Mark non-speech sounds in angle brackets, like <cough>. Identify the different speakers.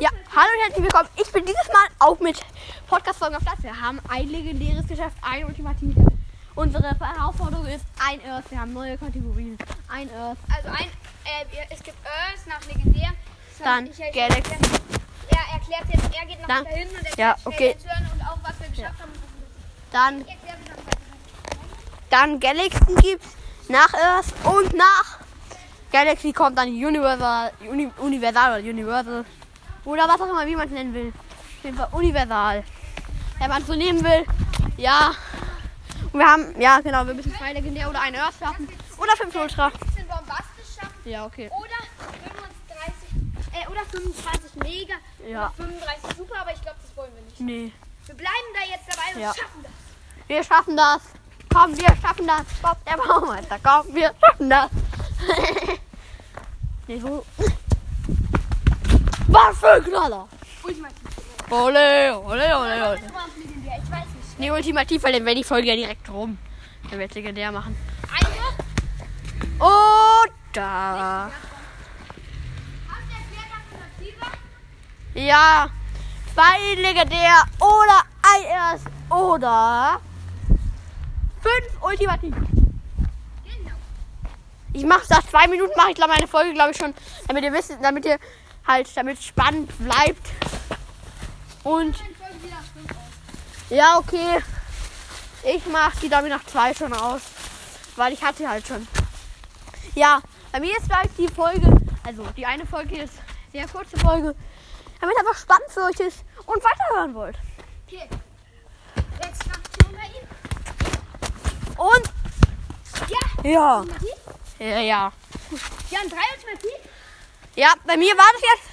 Speaker 1: Ja, hallo und herzlich willkommen. Ich bin dieses Mal auch mit Podcast-Folgen auf Platz. Wir haben ein legendäres Geschäft, ein Ultimativ. Unsere Herausforderung ist ein Earth. Wir haben neue Kategorien. Ein Earth.
Speaker 2: Also ein, äh, es gibt Earth nach legendär. Das
Speaker 1: Dann
Speaker 2: heißt, ich- ich-
Speaker 1: Galaxy.
Speaker 2: Er erklärt jetzt, er geht noch
Speaker 1: Dann-
Speaker 2: dahin und erklärt
Speaker 1: ja,
Speaker 2: schnell
Speaker 1: okay.
Speaker 2: den Sören und auch was wir geschafft haben.
Speaker 1: Dann,
Speaker 2: Ich erkläre noch
Speaker 1: dann Galaxy gibt's nach Earth und nach Galaxy kommt dann Universal, Uni, Universal oder Universal. Oder was auch immer, wie man es nennen will. Auf jeden Fall Universal. Wenn man es so nehmen will, ja. Und wir haben, ja genau, wir müssen zwei legendär oder ein Earth schaffen. Oder fünf Ultra.
Speaker 2: 15 bombastisch schaffen
Speaker 1: Ja, okay.
Speaker 2: oder 35, äh, oder 25 mega
Speaker 1: Ja.
Speaker 2: oder 35 super, aber ich glaube, das wollen wir nicht.
Speaker 1: Nee.
Speaker 2: Wir bleiben da jetzt dabei und
Speaker 1: Ja.
Speaker 2: schaffen das.
Speaker 1: Wir schaffen das. Komm, wir schaffen das. Bob, der Baumeister. Komm, wir schaffen das. <laughs> nee, so. Was für ein Knaller.
Speaker 2: Ultimativ.
Speaker 1: Ole, ole, ole,
Speaker 2: Aber
Speaker 1: ole.
Speaker 2: das ist immer noch legendär, ich weiß nicht.
Speaker 1: Nee, ultimativ, weil dann wäre die Folge ja direkt rum. Dann wird legendär machen.
Speaker 2: Einwurf.
Speaker 1: Und da.
Speaker 2: Habt ihr erklärt, Alternative?
Speaker 1: Ja. Zwei legendär oder ein erst oder fünf ultimativ.
Speaker 2: Genau.
Speaker 1: Ich mache nach zwei Minuten mache ich glaube meine Folge glaube ich schon, damit ihr wisst, damit ihr halt damit es spannend bleibt. Und
Speaker 2: Dann folgen wir nach 5 aus.
Speaker 1: ja, okay. Ich mache die damit nach zwei schon aus, weil ich hatte halt schon. Ja, bei mir ist gleich die Folge, also die eine Folge ist sehr kurze Folge, damit einfach spannend für euch ist und weiterhören wollt.
Speaker 2: Okay. Jetzt Fraktion bei ihm.
Speaker 1: Und
Speaker 2: Ja,
Speaker 1: ja,
Speaker 2: Ultimativ.
Speaker 1: ja, ja.
Speaker 2: Ja, ein 3 Ultimativ.
Speaker 1: Ja, bei mir war das jetzt